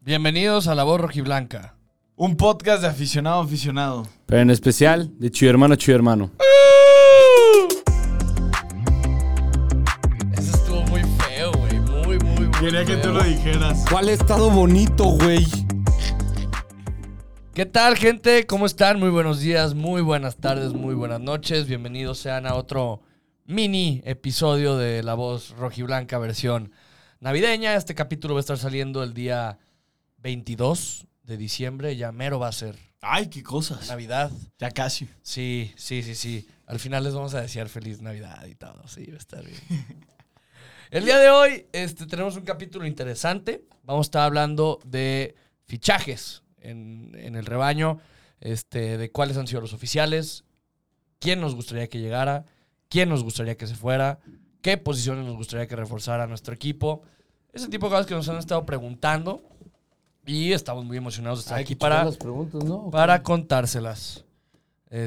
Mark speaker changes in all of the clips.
Speaker 1: Bienvenidos a La Voz Rojiblanca.
Speaker 2: Un podcast de aficionado a aficionado.
Speaker 3: Pero en especial de Chuy Hermano a Chuy Hermano.
Speaker 1: Eso estuvo muy feo, güey. Muy, muy, muy
Speaker 2: Quería que tú
Speaker 1: feo.
Speaker 2: lo dijeras.
Speaker 4: ¿Cuál estado bonito, güey?
Speaker 1: ¿Qué tal, gente? ¿Cómo están? Muy buenos días, muy buenas tardes, muy buenas noches. Bienvenidos sean a otro mini episodio de La Voz Rojiblanca versión navideña. Este capítulo va a estar saliendo el día 22 de diciembre. Ya mero va a ser
Speaker 2: Ay, qué cosas.
Speaker 1: Navidad.
Speaker 2: Ya casi.
Speaker 1: Sí, sí, sí, sí. Al final les vamos a desear feliz Navidad y todo. Sí, va a estar bien. El día de hoy este, tenemos un capítulo interesante. Vamos a estar hablando de fichajes en, en el rebaño, este, de cuáles han sido los oficiales, quién nos gustaría que llegara, quién nos gustaría que se fuera, qué posiciones nos gustaría que reforzara nuestro equipo. Ese tipo de cosas que nos han estado preguntando y estamos muy emocionados de estar aquí para
Speaker 3: preguntas, ¿no?
Speaker 1: para contárselas.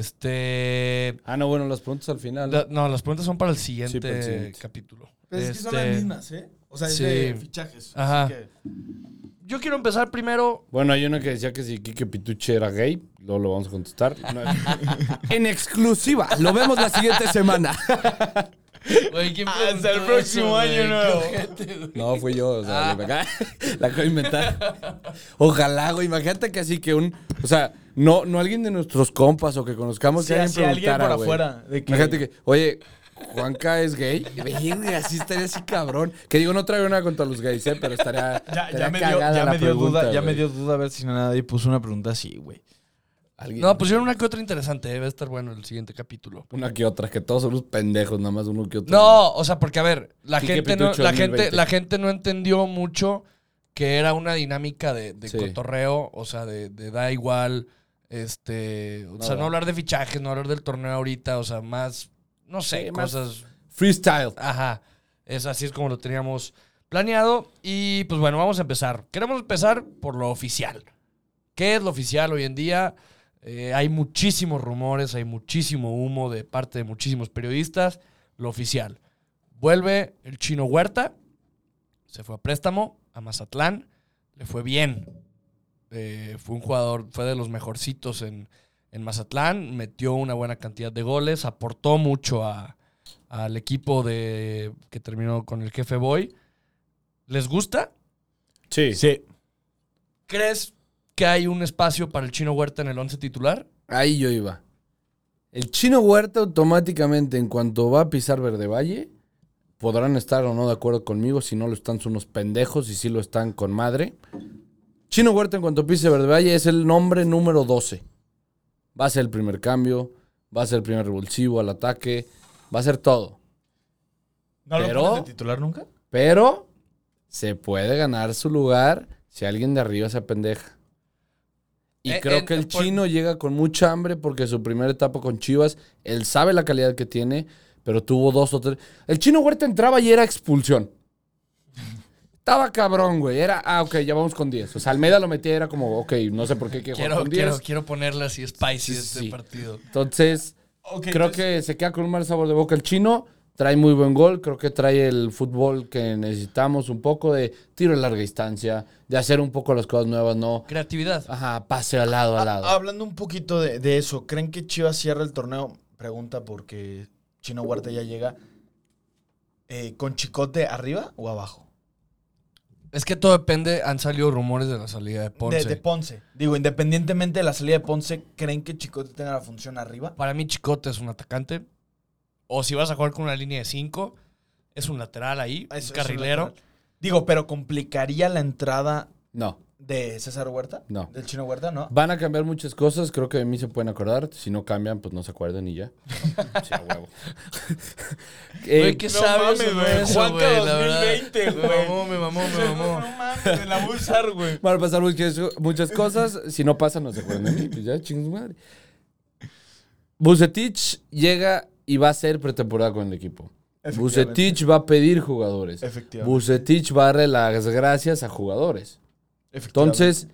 Speaker 1: Este.
Speaker 3: Ah, no, bueno, las preguntas al final.
Speaker 1: la- no, las preguntas son para el siguiente,
Speaker 3: Sí, para el siguiente.
Speaker 1: capítulo.
Speaker 5: Pues es que son las
Speaker 1: Este,
Speaker 5: mismas, ¿eh? O sea, es
Speaker 1: sí.
Speaker 5: de fichajes.
Speaker 1: Ajá.
Speaker 5: Así que,
Speaker 1: Yo quiero empezar primero.
Speaker 3: Bueno, hay una que decía que si Kike Pituche era gay, luego lo vamos a contestar. No,
Speaker 4: En exclusiva. Lo vemos la siguiente semana.
Speaker 1: Güey, ¿quién
Speaker 2: Hasta el
Speaker 1: preguntó eso,
Speaker 2: próximo
Speaker 1: güey?
Speaker 2: año
Speaker 1: Qué
Speaker 2: nuevo.
Speaker 1: ojete, güey.
Speaker 4: No, fui yo. O sea, me acá- la acabo de inventar. Ojalá, güey. Imagínate que así que un... O sea, no, no alguien de nuestros compas o que conozcamos
Speaker 2: Sí,
Speaker 4: que alguien
Speaker 2: así alguien
Speaker 4: preguntara,
Speaker 2: por
Speaker 4: güey.
Speaker 2: afuera, de que-
Speaker 4: Imagínate que, oye... Juanca es gay. Verga, así estaría así cabrón. Que digo, no traigo nada contra los gays, ¿eh? pero estaría.
Speaker 2: Ya,
Speaker 4: estaría
Speaker 2: ya me dio,
Speaker 4: cagada
Speaker 2: ya
Speaker 4: la
Speaker 2: me dio
Speaker 4: pregunta,
Speaker 2: duda, ya
Speaker 4: güey.
Speaker 2: me dio duda a ver si nadie puso una pregunta así, güey.
Speaker 4: Alguien-
Speaker 1: No, pues pusieron una que otra interesante. eh, Va a estar bueno el siguiente capítulo.
Speaker 3: Una que otra, que todos son unos pendejos, nada más uno que otro.
Speaker 1: No, o sea, porque a ver, la,
Speaker 3: Quique
Speaker 1: gente no,
Speaker 3: Pitucho,
Speaker 1: la, gente,
Speaker 3: 2020.
Speaker 1: la gente no entendió mucho que era una dinámica de, de
Speaker 3: Sí.
Speaker 1: cotorreo, o sea, de, de da igual, este, o sea,
Speaker 3: Nada.
Speaker 1: no hablar de fichajes, no hablar del torneo ahorita, o sea, más, no sé,
Speaker 3: Sí, más-
Speaker 1: cosas
Speaker 3: Freestyle.
Speaker 1: Ajá. Es así es como lo teníamos planeado. Y pues bueno, vamos a empezar. Queremos empezar por lo oficial. ¿Qué es lo oficial hoy en día? Eh, hay muchísimos rumores, hay muchísimo humo de parte de muchísimos periodistas. Lo oficial. Vuelve el chino Huerta. Se fue a préstamo a Mazatlán. Le fue bien. Eh, fue un jugador, fue de los mejorcitos en, en Mazatlán. Metió una buena cantidad de goles. Aportó mucho a, al equipo de que terminó con el jefe Boy. ¿Les gusta?
Speaker 3: Sí.
Speaker 2: Sí.
Speaker 1: ¿Crees que hay un espacio para el chino Huerta en el 11 titular?
Speaker 3: Ahí yo iba. El chino Huerta automáticamente, en cuanto va a pisar Verde Valle, podrán estar o no de acuerdo conmigo. Si no lo están, son unos pendejos. Y si lo están, con madre. Chino Huerta, en cuanto pise Verde Valle, es el nombre número 12. Va a ser el primer cambio, va a ser el primer revulsivo al ataque, va a ser todo.
Speaker 2: ¿No
Speaker 3: Pero-
Speaker 2: lo pones de titular nunca?
Speaker 3: Pero se puede ganar su lugar si alguien de arriba se apendeja. Y
Speaker 1: Eh,
Speaker 3: creo
Speaker 1: eh,
Speaker 3: que el
Speaker 1: por-
Speaker 3: chino llega con mucha hambre porque su primera etapa con Chivas, él sabe la calidad que tiene, pero tuvo dos o tres. El chino Huerta entraba y era expulsión. Estaba cabrón, güey. Era, ah, ok, ya vamos con 10. O sea, Almeida lo metía y era como, ok, no sé por qué hay que jugar
Speaker 1: Quiero,
Speaker 3: con 10.
Speaker 1: quiero, quiero ponerle así spicy
Speaker 3: Sí, sí,
Speaker 1: este
Speaker 3: sí.
Speaker 1: partido.
Speaker 3: Entonces, creo que se queda con un mal sabor de boca el chino. Trae muy buen gol. Creo que trae el fútbol que necesitamos un poco de tiro a larga distancia, de hacer un poco las cosas nuevas, ¿no?
Speaker 1: Creatividad.
Speaker 3: Ajá, pase al lado, al lado.
Speaker 5: Hablando un poquito de, de eso, ¿creen que Chivas cierra el torneo? Pregunta porque Chino Huerta ya llega. Eh, ¿Con Chicote arriba o abajo?
Speaker 1: Es que todo depende. Han salido rumores de la salida de Ponce.
Speaker 5: De, de Ponce. Digo, independientemente de la salida de Ponce, ¿creen que Chicote tenga la función arriba?
Speaker 1: Para mí, Chicote es un atacante. O si vas a jugar con una línea de 5, es un lateral ahí,
Speaker 5: Eso- eso es
Speaker 1: un carrilero.
Speaker 5: lateral. Digo, pero complicaría la entrada
Speaker 3: No.
Speaker 5: de César Huerta.
Speaker 3: No.
Speaker 5: Del Chino Huerta, ¿no?
Speaker 3: Van a cambiar muchas cosas. Creo que de mí se pueden acordar. Si no cambian, pues no se acuerdan y ya. Sí, a huevo. Eh,
Speaker 1: Güey, qué
Speaker 2: no
Speaker 1: sabio
Speaker 2: mames,
Speaker 1: sonó
Speaker 2: güey.
Speaker 1: eso,
Speaker 2: Juanca
Speaker 1: güey. La verdad.
Speaker 2: 2020,
Speaker 1: Me
Speaker 2: güey.
Speaker 1: mamó, me mamó, me mamó.
Speaker 2: mames, me la voy a usar, güey.
Speaker 3: Van a pasar muchas, muchas cosas. Si no pasan, no se acuerdan de mí. Pues ya, chingos madre. Bucetich llega y va a ser pretemporada con el equipo.
Speaker 5: Efectivamente.
Speaker 3: Bucetich va a pedir jugadores.
Speaker 5: Efectivamente.
Speaker 3: Bucetich va a darle las gracias a jugadores.
Speaker 5: Efectivamente.
Speaker 3: Entonces,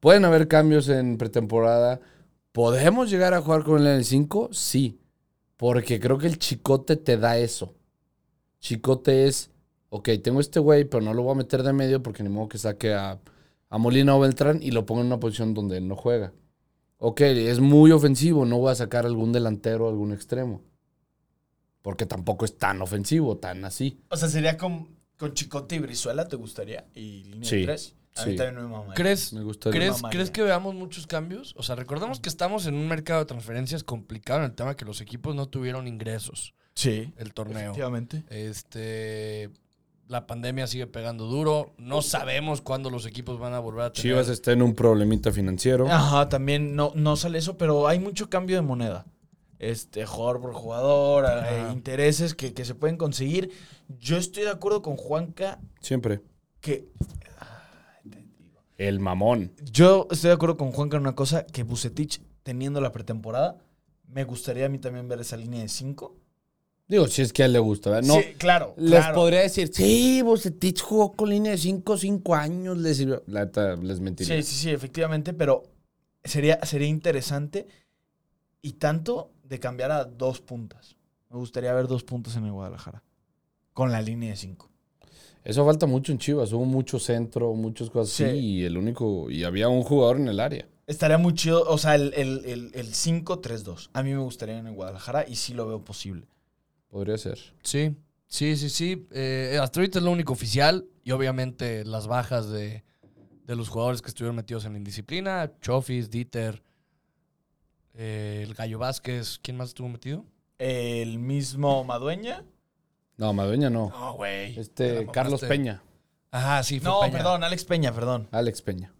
Speaker 3: pueden haber cambios en pretemporada. ¿Podemos llegar a jugar con el 5? Sí. Porque creo que el chicote te da eso. Chicote es, ok, tengo este güey, pero no lo voy a meter de medio porque ni modo que saque a a Molina o Beltrán y lo pongo en una posición donde él no juega. Ok, es muy ofensivo, no voy a sacar algún delantero, algún extremo. Porque tampoco es tan ofensivo, tan así.
Speaker 5: O sea, sería con, con Chicote y Brizuela, ¿te gustaría? Y línea
Speaker 3: Sí,
Speaker 5: de tres. A mí
Speaker 3: sí.
Speaker 5: también me mama.
Speaker 1: ¿Crees,
Speaker 3: Me gusta.
Speaker 1: ¿crees,
Speaker 5: Mamaría.
Speaker 1: ¿Crees que veamos muchos cambios? O sea, recordemos que estamos en un mercado de transferencias complicado en el tema que los equipos no tuvieron ingresos
Speaker 5: Sí.
Speaker 1: el torneo.
Speaker 5: Efectivamente.
Speaker 1: Este, la pandemia sigue pegando duro. No sabemos cuándo los equipos van a volver a tener.
Speaker 3: Chivas está en un problemita financiero.
Speaker 5: Ajá, también no, no sale eso, pero hay mucho cambio de moneda. Este, jugador por jugador, eh,
Speaker 1: Ajá.
Speaker 5: intereses que, que se pueden conseguir. Yo estoy de acuerdo con Juanca
Speaker 3: Siempre.
Speaker 5: que.
Speaker 3: El mamón.
Speaker 5: Yo estoy de acuerdo con Juanca en una cosa: que Bucetich, teniendo la pretemporada, me gustaría a mí también ver esa línea de 5.
Speaker 3: Digo, si es que a él le gusta, ¿verdad? No.
Speaker 5: sí, claro.
Speaker 3: Les
Speaker 5: claro.
Speaker 3: podría decir, sí, Bocetich jugó con línea de 5, 5 años, les sirvió. La neta, les mentiría.
Speaker 5: Sí, sí, sí, efectivamente, pero sería, sería interesante y tanto de cambiar a dos puntas. Me gustaría ver dos puntas en el Guadalajara. Con la línea de cinco.
Speaker 3: Eso falta mucho en Chivas. Hubo mucho centro, muchas cosas
Speaker 5: Sí.
Speaker 3: así. Y el único. Y había un jugador en el área.
Speaker 5: Estaría muy chido, o sea, el, el, el, el 5-3-2. A mí me gustaría en el Guadalajara y sí lo veo posible.
Speaker 3: Podría ser.
Speaker 1: Sí, sí, sí, sí. Eh, hasta ahorita es lo único oficial. Y obviamente las bajas de, de los jugadores que estuvieron metidos en la indisciplina. Chofis, Dieter, eh, el Gallo Vázquez. ¿Quién más estuvo metido?
Speaker 5: El mismo Madueña.
Speaker 3: No, Madueña no.
Speaker 1: No, güey. Te la
Speaker 3: Este,
Speaker 1: mamaste.
Speaker 3: Carlos Peña.
Speaker 1: Ajá, Ah, sí, fue
Speaker 5: No,
Speaker 1: Peña.
Speaker 5: perdón, Alex Peña, perdón. Eh,
Speaker 3: Alex Peña.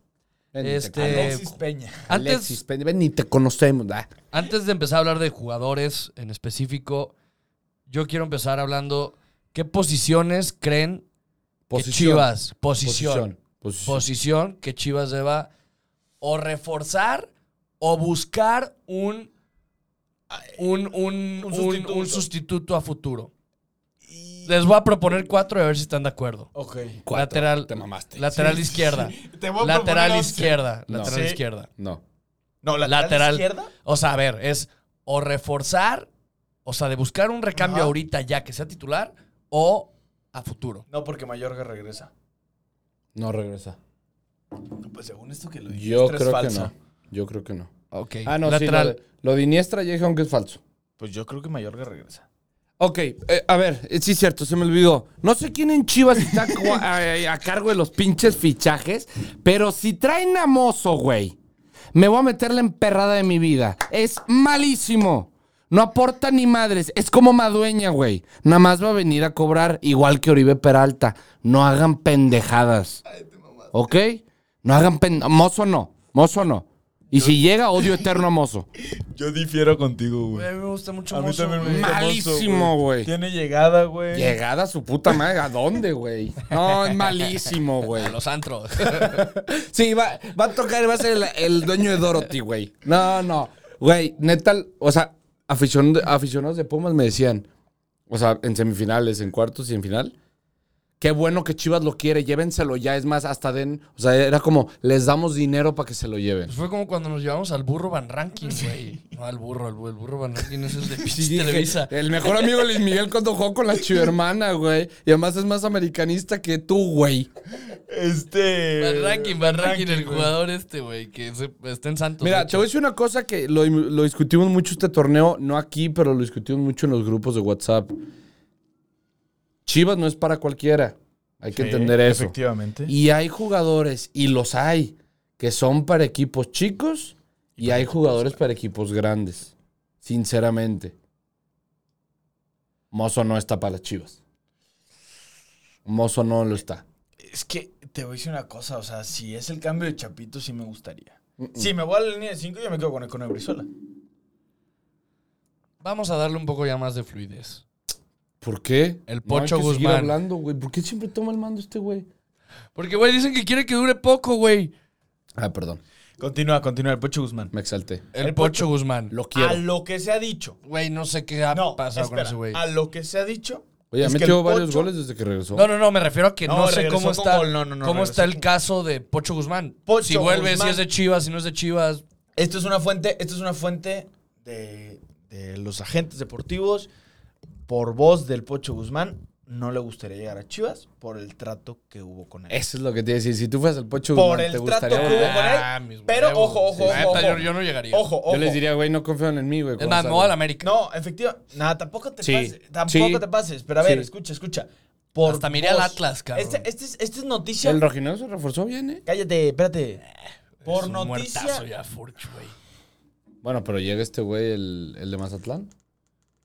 Speaker 3: Ven, ni te
Speaker 1: Este,
Speaker 3: conozco.
Speaker 5: Alexis Peña.
Speaker 1: Antes,
Speaker 3: Alexis Peña. Ven, ni te conocemos. ah.
Speaker 1: Antes de empezar a hablar de jugadores en específico, yo quiero empezar hablando qué posiciones creen que Chivas, posición,
Speaker 3: Posición.
Speaker 1: posición,
Speaker 3: Posición.
Speaker 1: que Chivas deba o reforzar o buscar un un, un- un- un sustituto.
Speaker 5: sustituto.
Speaker 1: a futuro.
Speaker 5: Y-
Speaker 1: Les voy a proponer cuatro y a ver si están de acuerdo.
Speaker 5: Ok.
Speaker 1: lateral,
Speaker 3: Te mamaste.
Speaker 1: lateral izquierda,
Speaker 5: Te voy a proponer
Speaker 1: lateral
Speaker 5: once.
Speaker 1: izquierda,
Speaker 3: No.
Speaker 1: lateral
Speaker 5: Sí.
Speaker 1: izquierda.
Speaker 3: No.
Speaker 5: No, lateral,
Speaker 1: Lateral.
Speaker 5: izquierda.
Speaker 1: O sea, a ver, es o reforzar, o sea, de buscar un recambio
Speaker 5: Ajá.
Speaker 1: ahorita ya que sea titular, o a futuro.
Speaker 5: No, porque Mayorga regresa.
Speaker 3: No regresa.
Speaker 5: No, pues según esto que lo dijiste,
Speaker 3: Yo
Speaker 5: es
Speaker 3: creo
Speaker 5: falsa.
Speaker 3: que no. Yo creo que no.
Speaker 1: Ok.
Speaker 3: Ah, no, sí.
Speaker 1: Lateral.
Speaker 3: lo de- Lo de Iniestra ya dije, aunque es falso.
Speaker 5: Pues yo creo que Mayorga regresa.
Speaker 3: Ok, eh, a ver, eh, sí es cierto, se me olvidó. No sé quién en Chivas está co- a, a cargo de los pinches fichajes, pero si traen a Mozo, güey, me voy a meter la emperrada de mi vida. Es malísimo. No aporta ni madres. Es como Madueña, güey. Nada más va a venir a cobrar, igual que Oribe Peralta. No hagan pendejadas. ¿Ok? No hagan pendejadas. Mozo no. Mozo no. Y si llega, odio eterno a Mozo.
Speaker 5: Yo difiero contigo,
Speaker 1: Güey, me gusta mucho
Speaker 5: A mí
Speaker 1: Mozo,
Speaker 5: también me
Speaker 1: güey.
Speaker 5: gusta.
Speaker 3: Malísimo, güey.
Speaker 5: Tiene llegada, güey.
Speaker 3: Llegada a su puta madre, ¿a dónde, güey? No, es malísimo, güey.
Speaker 1: A los antros.
Speaker 3: Sí, va, va a tocar y va a ser el, el dueño de Dorothy, güey. No, no. Güey, neta, o sea, aficion- aficionados de Pumas me decían, o sea, en semifinales, en cuartos y en final, qué bueno que Chivas lo quiere, llévenselo ya, es más, hasta den, o sea, era como, les damos dinero para que se lo lleven.
Speaker 1: Pues fue como cuando nos llevamos al burro Van Ranking, güey. No al burro, al bu- el burro Van Ranking es el de
Speaker 3: Sí,
Speaker 1: pinches
Speaker 3: dije,
Speaker 1: Televisa.
Speaker 3: el mejor amigo de Luis Miguel cuando jugó con la chivermana, güey. Y además es más americanista que tú, güey.
Speaker 5: Este.
Speaker 1: Van Ranking, Van Ranking, el
Speaker 5: güey.
Speaker 1: jugador este, güey, que se- está en Santos. de
Speaker 3: Mira, te
Speaker 1: hecho.
Speaker 3: voy a decir una cosa que lo, lo discutimos mucho este torneo, no aquí, pero lo discutimos mucho en los grupos de WhatsApp. Chivas no es para cualquiera. Hay que
Speaker 5: Sí,
Speaker 3: entender eso.
Speaker 5: Efectivamente.
Speaker 3: Y hay jugadores, y los hay, que son para equipos chicos y hay jugadores para equipos grandes. Sinceramente. Mozo no está para las Chivas. Mozo no lo está.
Speaker 5: Es que te voy a decir una cosa, o sea, si es el cambio de Chapito, sí me gustaría. Si me voy a la línea de 5, yo me quedo con el Conejo Brizuela.
Speaker 1: Vamos a darle un poco ya más de fluidez.
Speaker 3: ¿Por qué?
Speaker 1: El
Speaker 3: No hay
Speaker 1: Pocho
Speaker 3: que seguir
Speaker 1: Guzmán.
Speaker 3: hablando, güey. ¿Por qué siempre toma el mando este güey?
Speaker 1: Porque, güey, dicen que quiere que dure poco, güey.
Speaker 3: Ah, perdón.
Speaker 5: Continúa, continúa, el Pocho Guzmán.
Speaker 3: Me exalté.
Speaker 1: El,
Speaker 5: El
Speaker 1: Pocho,
Speaker 5: Pocho.
Speaker 1: Guzmán.
Speaker 3: Lo quiero.
Speaker 5: A lo que se ha dicho.
Speaker 1: Güey, no sé qué ha
Speaker 5: No,
Speaker 1: pasado
Speaker 5: espera,
Speaker 1: con ese güey.
Speaker 5: a lo que se ha dicho.
Speaker 3: Oye, ha
Speaker 5: es que
Speaker 3: metido
Speaker 5: el
Speaker 3: varios
Speaker 5: Pocho-
Speaker 3: goles desde que regresó.
Speaker 1: No, no, no, me refiero a que no,
Speaker 5: No,
Speaker 1: sé
Speaker 5: regresó
Speaker 1: cómo
Speaker 5: con
Speaker 1: está,
Speaker 5: gol. No, no, no,
Speaker 1: cómo está
Speaker 5: regresó
Speaker 1: el
Speaker 5: con-
Speaker 1: caso de Pocho Guzmán.
Speaker 5: Pocho
Speaker 1: si vuelve,
Speaker 5: Guzmán.
Speaker 1: si es de Chivas, si no es de Chivas.
Speaker 5: Esto es una fuente, esto es una fuente de, de los agentes deportivos por voz del Pocho Guzmán. no le gustaría llegar a Chivas por el trato que hubo con él.
Speaker 3: Eso es lo que te iba a decir. Si tú fueras el Pocho
Speaker 5: Por
Speaker 3: Guzmán,
Speaker 5: el
Speaker 3: te
Speaker 5: trato
Speaker 3: gustaría
Speaker 5: que
Speaker 3: volver?
Speaker 5: hubo. por ahí.
Speaker 1: Ah, mis
Speaker 5: Pero
Speaker 1: huevos.
Speaker 5: ojo, ojo,
Speaker 1: La
Speaker 5: ojo,
Speaker 1: neta,
Speaker 5: ojo.
Speaker 1: Yo, yo no llegaría.
Speaker 5: Ojo, ojo.
Speaker 3: Yo les diría, güey, no confían en mí, güey.
Speaker 1: Es más, me
Speaker 3: Gonzalo.
Speaker 1: voy a la América.
Speaker 5: No, efectiva. Nada, tampoco te
Speaker 3: Sí.
Speaker 5: pases. Tampoco
Speaker 3: Sí.
Speaker 5: te pases. Pero a ver,
Speaker 3: Sí.
Speaker 5: escucha, escucha. Por
Speaker 1: Hasta miré
Speaker 5: vos.
Speaker 1: al Atlas, cabrón.
Speaker 5: Este, este es, este es noticia.
Speaker 3: El rojinegro se reforzó bien, ¿eh?
Speaker 5: Cállate, espérate. Por
Speaker 1: es un
Speaker 5: noticia.
Speaker 1: muertazo ya, Furch, güey.
Speaker 3: Bueno, pero llega este güey, el, el de Mazatlán.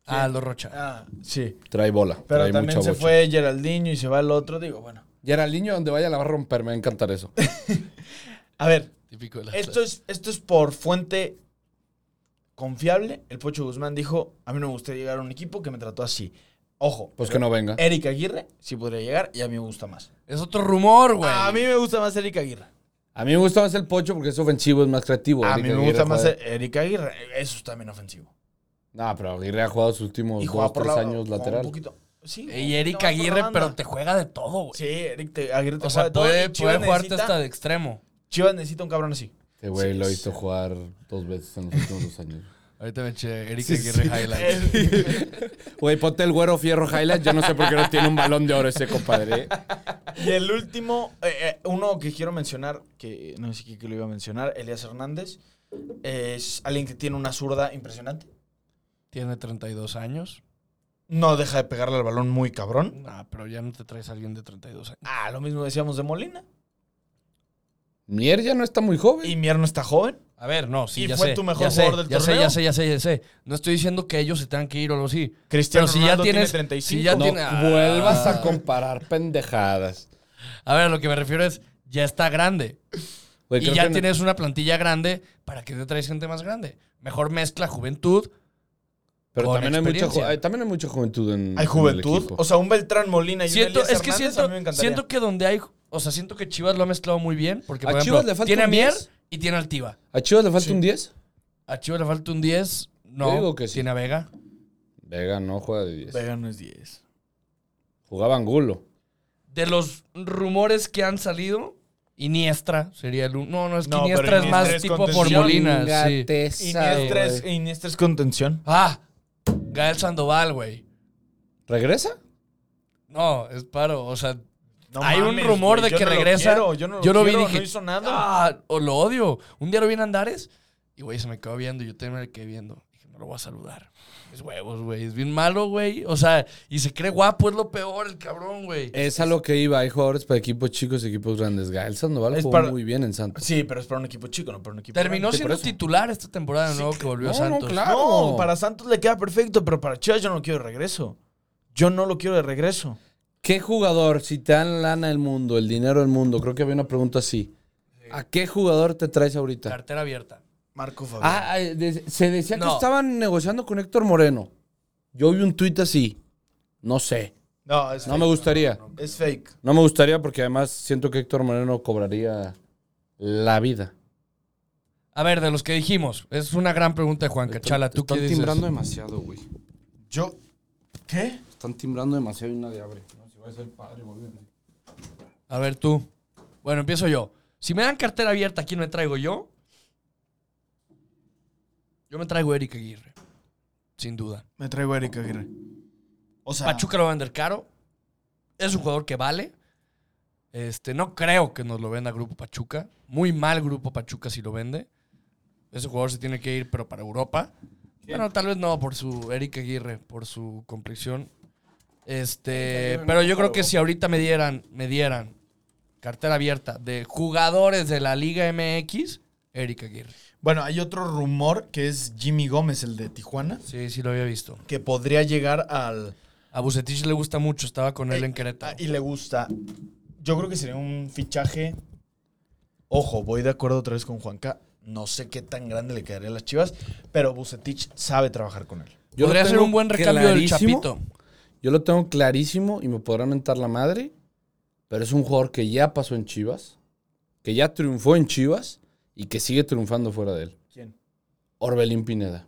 Speaker 1: Ah, Aldo Rocha.
Speaker 5: Ah, sí.
Speaker 3: Trae bola.
Speaker 5: Pero
Speaker 3: trae
Speaker 5: también
Speaker 3: mucha
Speaker 5: se
Speaker 3: bocha.
Speaker 5: fue Geraldinho y se va el otro. Digo, bueno.
Speaker 3: Y era el niño donde vaya la va a romper, me va a encantar eso.
Speaker 5: A ver,
Speaker 1: Típico del Atlas.
Speaker 5: esto es, esto es por fuente confiable. El Pocho Guzmán dijo: A mí no me gusta llegar a un equipo que me trató así. Ojo.
Speaker 3: Pues que no venga.
Speaker 5: Eric Aguirre sí podría llegar y a mí me gusta más.
Speaker 1: Es otro rumor, güey.
Speaker 5: A mí me gusta más Eric Aguirre.
Speaker 3: A mí me gusta más el Pocho porque es ofensivo, es más creativo.
Speaker 5: A
Speaker 3: Ahorita
Speaker 5: mí me
Speaker 3: Aguirre
Speaker 5: gusta más
Speaker 3: juega-
Speaker 5: Eric Aguirre. Eso es también ofensivo.
Speaker 3: No, pero Aguirre ha jugado sus últimos dos, tres años
Speaker 5: con
Speaker 3: lateral.
Speaker 5: Un poquito. Sí,
Speaker 1: Y
Speaker 5: un poquito
Speaker 1: Eric
Speaker 5: más por la
Speaker 1: Aguirre,
Speaker 5: banda.
Speaker 1: pero te juega de todo, güey.
Speaker 5: Sí, Eric te- Aguirre te
Speaker 1: O sea,
Speaker 5: juega de todo
Speaker 1: puede,
Speaker 5: y Chivas
Speaker 1: puede jugarte
Speaker 5: necesita-
Speaker 1: hasta de extremo.
Speaker 5: Chivas necesita un cabrón así.
Speaker 3: Este güey
Speaker 5: Sí,
Speaker 3: lo he
Speaker 5: sí.
Speaker 3: visto jugar dos veces en los últimos dos años.
Speaker 1: Ahorita me eché Eric
Speaker 3: Sí,
Speaker 1: Aguirre
Speaker 3: sí.
Speaker 1: Highlight.
Speaker 3: Güey, ponte el güero fierro highlight. Yo no sé por qué no tiene un balón de oro ese compadre. ¿eh?
Speaker 5: Y el último, eh, eh, uno que quiero mencionar, que no sé qué lo iba a mencionar, Elías Hernández, es alguien que tiene una zurda impresionante.
Speaker 1: Tiene 32 años.
Speaker 5: No deja de pegarle al balón muy cabrón.
Speaker 1: Ah, pero ya no te traes a alguien de 32 años.
Speaker 5: Ah, lo mismo decíamos de Molina.
Speaker 3: Mier ya no está muy joven.
Speaker 5: Y Mier no está joven.
Speaker 1: A ver, no, sí,
Speaker 5: Y
Speaker 1: ya
Speaker 5: fue
Speaker 1: sé,
Speaker 5: tu mejor
Speaker 1: ya sé,
Speaker 5: jugador del
Speaker 1: ya sé,
Speaker 5: torneo.
Speaker 1: ya sé, ya sé, ya sé. No estoy diciendo que ellos se tengan que ir o algo así.
Speaker 5: Cristiano
Speaker 1: Pero si ya
Speaker 5: Ronaldo
Speaker 1: tienes-
Speaker 5: tiene 35.
Speaker 1: si ya
Speaker 3: No
Speaker 1: tiene-
Speaker 3: vuelvas
Speaker 1: Ah.
Speaker 3: a comparar pendejadas.
Speaker 1: A ver, a lo que me refiero es, ya está grande.
Speaker 3: Güey,
Speaker 1: y
Speaker 3: creo
Speaker 1: ya
Speaker 3: que no-
Speaker 1: tienes una plantilla grande, ¿para que te traes gente más grande? Mejor mezcla juventud.
Speaker 3: Pero
Speaker 1: con
Speaker 3: también hay, mucha, ju-
Speaker 1: experiencia.
Speaker 3: hay- también hay mucha juventud en.
Speaker 5: Hay
Speaker 3: en el
Speaker 5: juventud.
Speaker 3: equipo.
Speaker 5: O sea, un Beltrán Molina y
Speaker 1: Siento,
Speaker 5: un Elías
Speaker 1: es que
Speaker 5: Hernández, a
Speaker 1: siento,
Speaker 5: mí me encantaría.
Speaker 1: siento que donde hay, o sea, siento que Chivas lo ha mezclado muy bien, porque
Speaker 3: A
Speaker 1: por ejemplo,
Speaker 3: Chivas le falta
Speaker 1: tiene a
Speaker 3: un
Speaker 1: Mier
Speaker 3: 10.
Speaker 1: y tiene a Altiva.
Speaker 3: ¿A Chivas le falta
Speaker 5: Sí.
Speaker 3: un 10?
Speaker 1: A Chivas le falta un 10, no,
Speaker 3: Yo digo que sí.
Speaker 1: tiene a Vega.
Speaker 3: Vega no juega de 10.
Speaker 5: Vega no es 10.
Speaker 3: Jugaba Angulo.
Speaker 1: De los rumores que han salido, Iniestra sería el uno. No, no, es que
Speaker 5: No, pero
Speaker 1: Iniestra es
Speaker 5: Iniestra
Speaker 1: más
Speaker 5: es
Speaker 1: tipo
Speaker 5: contención.
Speaker 1: por Molina. sí.
Speaker 3: Chingate esa,
Speaker 5: Iniestra es,
Speaker 3: güey.
Speaker 5: Iniestra es contención.
Speaker 1: Ah, Gael Sandoval, güey.
Speaker 3: ¿Regresa?
Speaker 1: No, es paro. O sea,
Speaker 5: No
Speaker 1: Hay un rumor
Speaker 5: güey,
Speaker 1: de
Speaker 5: yo
Speaker 1: que
Speaker 5: no lo
Speaker 1: regresa.
Speaker 5: quiero, yo no lo,
Speaker 1: yo lo vi y
Speaker 5: quiero,
Speaker 1: dije,
Speaker 5: no hizo nada.
Speaker 1: ah, o lo odio. Un día lo vi en Andares y, güey, se me quedó viendo. Yo también me quedé viendo. Dije, no lo voy a saludar. Es huevos, güey. Es bien malo, güey. O sea, y se cree guapo. Es lo peor, el cabrón, güey.
Speaker 5: Eh,
Speaker 3: Es a lo que iba. Hay jugadores para equipos chicos y equipos grandes. Gael Sandoval
Speaker 5: Es
Speaker 3: jugó
Speaker 5: para-
Speaker 3: muy bien en Santos.
Speaker 5: Sí, pero es para un equipo chico, no para un equipo
Speaker 1: Terminó
Speaker 5: grande.
Speaker 1: siendo titular esta temporada de nuevo que volvió a
Speaker 3: No, no,
Speaker 1: Santos.
Speaker 3: claro.
Speaker 5: No, para Santos le queda perfecto, pero para Chivas yo no lo quiero de regreso. Yo no lo quiero de regreso.
Speaker 3: ¿Qué jugador, si te dan lana el mundo, el dinero del mundo? Creo que había una pregunta así. ¿A qué jugador te traes ahorita?
Speaker 1: Cartera abierta.
Speaker 5: Marco Fabián.
Speaker 3: Ah, ah, de- se decía que
Speaker 1: No.
Speaker 3: estaban negociando con Héctor Moreno. Yo vi un tuit así. No sé.
Speaker 5: no, es
Speaker 3: No
Speaker 5: fake.
Speaker 3: me gustaría.
Speaker 5: Es fake.
Speaker 3: No me gustaría porque además siento que Héctor Moreno cobraría la vida.
Speaker 1: A ver, de los que dijimos. Es una gran pregunta de Juan Cachala. ¿Tú qué
Speaker 3: Están
Speaker 1: dices?
Speaker 3: timbrando demasiado, güey.
Speaker 5: Yo. ¿Qué?
Speaker 3: Están timbrando demasiado y nadie abre. No, si va a ser padre, güey.
Speaker 1: A ver, tú. Bueno, empiezo yo. Si me dan cartera abierta, ¿quién me traigo yo? Yo me traigo a Eric Aguirre. Sin duda.
Speaker 5: Me traigo a Erika Aguirre. O sea,
Speaker 1: Pachuca lo va a vender caro. Es un jugador que vale. Este, no creo que nos lo venda Grupo Pachuca. Muy mal Grupo Pachuca si lo vende. Ese jugador se tiene que ir, pero para Europa. Bueno, tal vez no, por su Eric Aguirre, por su complexión. Este, pero yo creo que si ahorita me dieran, me dieran cartera abierta de jugadores de la Liga MX, Eric Aguirre.
Speaker 5: bueno, hay otro rumor que es Jimmy Gómez, el de Tijuana,
Speaker 1: Sí, sí lo había visto.
Speaker 5: que podría llegar al.
Speaker 1: A Bucetich le gusta mucho, estaba con él
Speaker 5: Eh,
Speaker 1: en Querétaro.
Speaker 5: Ah, Y le gusta. Yo creo que sería un fichaje. Ojo, voy de acuerdo otra vez con Juanca. No sé qué tan grande le quedaría a las chivas, pero Bucetich sabe trabajar con él.
Speaker 3: Yo lo
Speaker 1: Podría ser
Speaker 3: tengo
Speaker 1: un buen recambio del
Speaker 3: clarísimo.
Speaker 1: Chapito.
Speaker 3: Yo lo tengo clarísimo y me podrá mentar la madre, pero es un jugador que ya pasó en Chivas, que ya triunfó en Chivas y que sigue triunfando fuera de él.
Speaker 5: ¿Quién?
Speaker 3: Orbelín Pineda.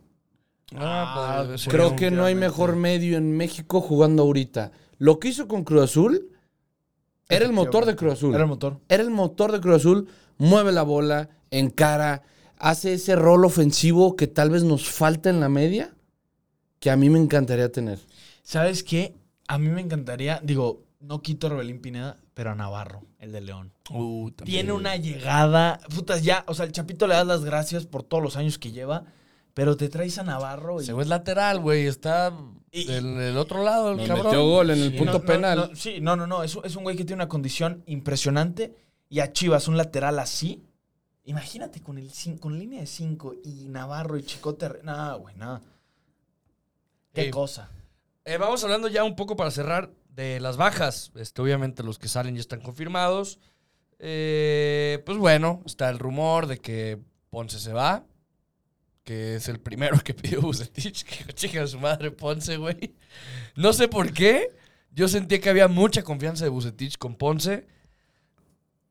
Speaker 1: Ah,
Speaker 5: Ah,
Speaker 1: pues, sí,
Speaker 3: Creo
Speaker 1: no.
Speaker 3: que no hay mejor medio en México jugando ahorita. Lo que hizo con Cruz Azul era el motor de Cruz Azul.
Speaker 5: Era el motor.
Speaker 3: Era el motor de Cruz Azul, mueve la bola, encara, hace ese rol ofensivo que tal vez nos falta en la media, que a mí me encantaría tener.
Speaker 5: ¿Sabes qué? A mí me encantaría, digo, no quito a Rebelín Pineda, pero a Navarro, el de León.
Speaker 1: Uh, también.
Speaker 5: Tiene una llegada. Putas, ya. O sea, el Chapito le das las gracias por todos los años que lleva. Pero te traes a Navarro y.
Speaker 1: Ese güey es lateral, güey. Está
Speaker 5: Y-
Speaker 1: del, del otro lado, el
Speaker 3: Nos
Speaker 1: cabrón.
Speaker 3: metió gol en el
Speaker 5: Sí,
Speaker 3: punto
Speaker 5: no, no,
Speaker 3: penal.
Speaker 5: no, sí, no, no, no. Es, un- es un güey que tiene una condición impresionante. Y a Chivas, un lateral así. Imagínate con, el, cin- con línea de 5 y Navarro y Chicote. Herre- Nah, güey, nada. Qué
Speaker 1: Eh,
Speaker 5: cosa.
Speaker 1: Eh, vamos hablando ya un poco para cerrar de las bajas. Este, obviamente los que salen ya están confirmados. Eh, pues bueno, está el rumor de que Ponce se va, que es el primero que pidió Bucetich, que chica a su madre Ponce, güey. No sé por qué. Yo sentía que había mucha confianza de Bucetich con Ponce.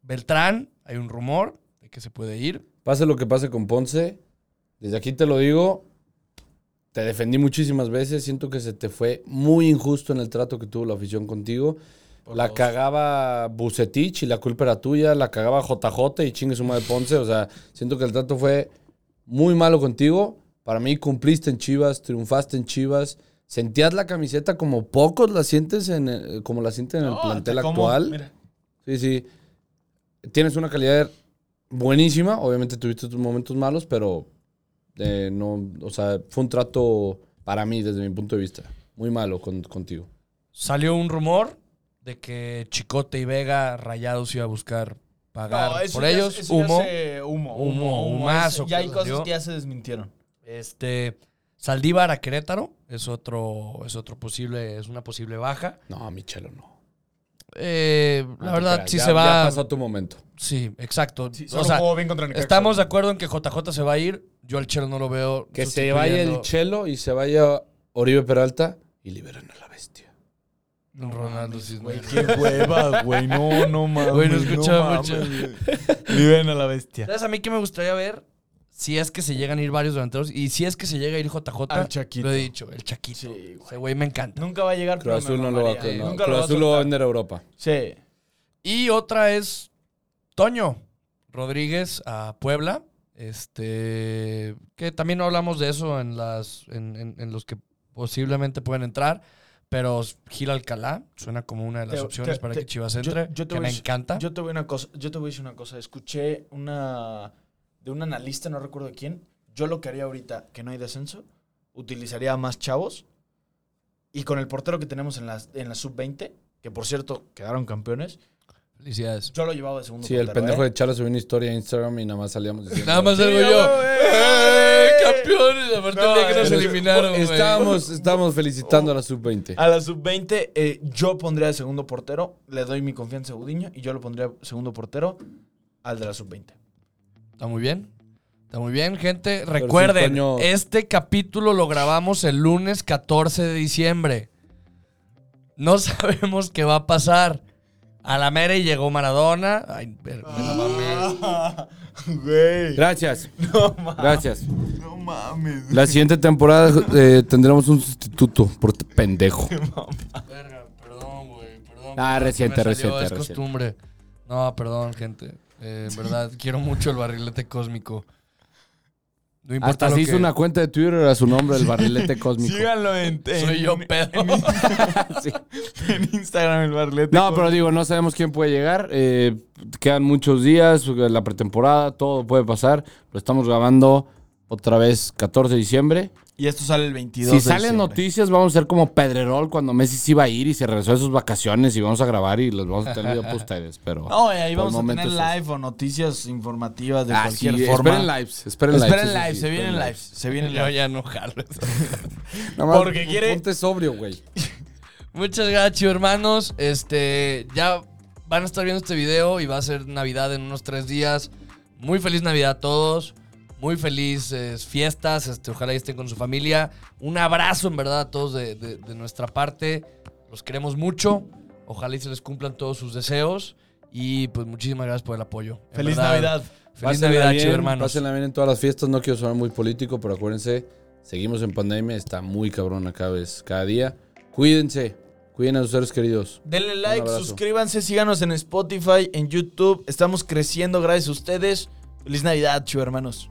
Speaker 1: Beltrán, hay un rumor de que se puede ir.
Speaker 3: Pase lo que pase con Ponce, desde aquí te lo digo, te defendí muchísimas veces, siento que se te fue muy injusto en el trato que tuvo la afición contigo.
Speaker 1: Por
Speaker 3: la
Speaker 1: dos.
Speaker 3: cagaba Bucetich y la culpa era tuya, la cagaba JJ y chingue suma de Ponce, o sea, siento que el trato fue muy malo contigo. Para mí cumpliste en Chivas, triunfaste en Chivas, sentías la camiseta como pocos la sientes en el- como la sienten en el
Speaker 5: No,
Speaker 3: plantel
Speaker 5: hasta cómo-
Speaker 3: actual.
Speaker 5: mira.
Speaker 3: Sí, sí. Tienes una calidad buenísima. Obviamente tuviste tus momentos malos, pero eh, no, o sea, fue un trato para mí, desde mi punto de vista, muy malo con- contigo.
Speaker 1: Salió un rumor de que Chicote y Vega Rayados iba a buscar pagar
Speaker 5: No, eso
Speaker 1: por
Speaker 5: ya-
Speaker 1: ellos.
Speaker 5: eso ya
Speaker 1: humo.
Speaker 5: se- humo,
Speaker 1: Humo, humazo
Speaker 5: Ese- Ya
Speaker 1: que
Speaker 5: hay
Speaker 1: nos
Speaker 5: cosas
Speaker 1: dio.
Speaker 5: que ya se desmintieron.
Speaker 1: Este. Saldívar a Querétaro es otro, es otro posible, es una posible baja.
Speaker 3: No, Michelo, no.
Speaker 1: Eh, la
Speaker 3: No te
Speaker 1: verdad,
Speaker 3: creas,
Speaker 1: si
Speaker 3: Ah, ya-
Speaker 1: se
Speaker 3: Ya
Speaker 1: va.
Speaker 3: pasó tu momento.
Speaker 1: Sí, exacto. o
Speaker 5: solo
Speaker 1: sea,
Speaker 5: jugó bien contra Necaxa.
Speaker 1: estamos de acuerdo en que JJ se va a ir. Yo al Chelo no lo veo.
Speaker 3: Que se vaya el
Speaker 1: sustituyendo
Speaker 3: Chelo y se vaya Oribe Peralta y liberen a la bestia.
Speaker 1: a Ronaldo Cisneros.
Speaker 2: hueva, güey. No, no mames.
Speaker 1: Güey, no escuchaba mucho.
Speaker 2: Viven a la bestia.
Speaker 1: ¿Sabes a mí que me gustaría ver? Si es que se llegan a ir varios delanteros y si es que se llega a ir JJ,
Speaker 2: Al Chaquito.
Speaker 1: lo he dicho, el Chaquito.
Speaker 5: Sí, güey.
Speaker 1: Ese güey me encanta.
Speaker 5: Nunca va a llegar pero
Speaker 3: Cruz Azul
Speaker 5: me
Speaker 3: no lo va a,
Speaker 5: mamaría,
Speaker 3: no,
Speaker 5: ¿eh? Nunca
Speaker 3: Cruz
Speaker 5: lo va a
Speaker 3: Azul lo va a
Speaker 5: soltar.
Speaker 3: vender a Europa.
Speaker 5: Sí.
Speaker 1: Y otra es Toño Rodríguez a Puebla. Este. Que también no hablamos de eso en las. en, en- en los que posiblemente pueden entrar. Pero Gil Alcalá suena como una de las
Speaker 5: Te-
Speaker 1: opciones
Speaker 5: te-
Speaker 1: para
Speaker 5: te-
Speaker 1: que Chivas
Speaker 5: yo-
Speaker 1: entre.
Speaker 5: yo te
Speaker 1: que
Speaker 5: voy
Speaker 1: me
Speaker 5: a decir-
Speaker 1: encanta.
Speaker 5: Yo te voy a una cosa, yo te voy a decir una cosa. Escuché una de un analista, no recuerdo de quién. Yo lo que haría ahorita que no hay descenso, utilizaría a más chavos y con el portero que tenemos en la, en la sub-20, que por cierto quedaron campeones,
Speaker 1: Felicidades.
Speaker 5: yo lo llevaba de segundo
Speaker 3: Sí, el
Speaker 5: portero,
Speaker 3: pendejo
Speaker 5: ¿eh?
Speaker 3: de Chalo subió una historia a Instagram y nada más salíamos diciendo.
Speaker 1: Nada más
Speaker 5: Sí,
Speaker 1: algo
Speaker 5: ya,
Speaker 1: yo.
Speaker 5: güey.
Speaker 1: ¡Eh, ¡Campeones! Aparte el
Speaker 5: No,
Speaker 1: día que nos
Speaker 5: pero-
Speaker 1: eliminaron. güey. Ah.
Speaker 3: Estábamos, estábamos felicitando a la sub-20.
Speaker 5: A la sub-20 eh, yo pondría de segundo portero, le doy mi confianza a Gudiño y yo lo pondría segundo portero al de la sub-20.
Speaker 1: Está muy bien. Está muy bien, gente.
Speaker 3: sí,
Speaker 1: Recuerden,
Speaker 3: Toño-
Speaker 1: este capítulo lo grabamos el lunes 14 de diciembre. No sabemos qué va a pasar. A la mera y llegó Maradona. Ay, me la mamé.
Speaker 5: Güey.
Speaker 3: Gracias. Gracias.
Speaker 5: No mames.
Speaker 3: La siguiente temporada eh, tendremos un sustituto por este pendejo.
Speaker 2: Ah.
Speaker 1: Verga, perdón, güey. Perdón.
Speaker 3: Ah,
Speaker 1: perdón,
Speaker 3: reciente,
Speaker 1: me salió,
Speaker 3: reciente,
Speaker 1: Es
Speaker 3: reciente.
Speaker 1: costumbre. No, perdón, gente. Eh, en verdad, quiero mucho el barrilete cósmico. No importa
Speaker 3: Hasta
Speaker 1: lo
Speaker 3: se hizo
Speaker 1: que-
Speaker 3: una cuenta de Twitter a su nombre, el barrilete cósmico.
Speaker 2: Síganlo en, en-
Speaker 1: Soy yo, pedo.
Speaker 3: Sí.
Speaker 2: en Instagram, el barlete.
Speaker 3: No, pero digo, no sabemos quién puede llegar. eh, quedan muchos días, eh, la pretemporada, todo puede pasar. Lo estamos grabando otra vez 14 de diciembre.
Speaker 2: Y esto sale el 22
Speaker 3: Si
Speaker 2: de
Speaker 3: salen
Speaker 2: diciembre.
Speaker 3: noticias, vamos a ser como Pedrerol cuando Messi se iba a ir y se regresó de sus vacaciones y vamos a grabar y los vamos a tener para ustedes. Pero
Speaker 2: No, y ahí
Speaker 3: por
Speaker 2: vamos a
Speaker 3: momento
Speaker 2: tener
Speaker 3: eso es.
Speaker 2: live o noticias informativas de
Speaker 3: Ah, sí,
Speaker 2: cualquier forma.
Speaker 3: Esperen lives, esperen,
Speaker 2: Esperen
Speaker 3: lives. eso
Speaker 2: live,
Speaker 3: sí,
Speaker 2: se vienen
Speaker 3: esperen
Speaker 2: lives, eh. se vienen
Speaker 1: Yo
Speaker 2: lives.
Speaker 1: ya no jalo.
Speaker 3: lives. Nada más,
Speaker 5: Porque quiere-
Speaker 3: Ponte sobrio, güey.
Speaker 1: Muchas gracias, chido, hermanos. Este, ya van a estar viendo este video y va a ser Navidad en unos tres días. Muy feliz Navidad a todos. Muy felices fiestas. Este, ojalá y estén con su familia. Un abrazo, en verdad, a todos de, de- de nuestra parte. Los queremos mucho. Ojalá y se les cumplan todos sus deseos. Y pues muchísimas gracias por el apoyo. En
Speaker 5: Feliz
Speaker 1: verdad,
Speaker 5: Navidad.
Speaker 1: Feliz
Speaker 3: Pásenla
Speaker 1: Navidad,
Speaker 3: bien,
Speaker 1: chido, hermanos.
Speaker 3: Pásenla bien en todas las fiestas. No quiero sonar muy político, pero acuérdense, seguimos en pandemia. Está muy cabrón cada vez, cada día. Cuídense. Cuiden a sus seres queridos.
Speaker 5: Denle like,
Speaker 3: abrazo.
Speaker 5: suscríbanse, síganos en Spotify, en YouTube. Estamos creciendo gracias a ustedes. Feliz Navidad, chivo hermanos.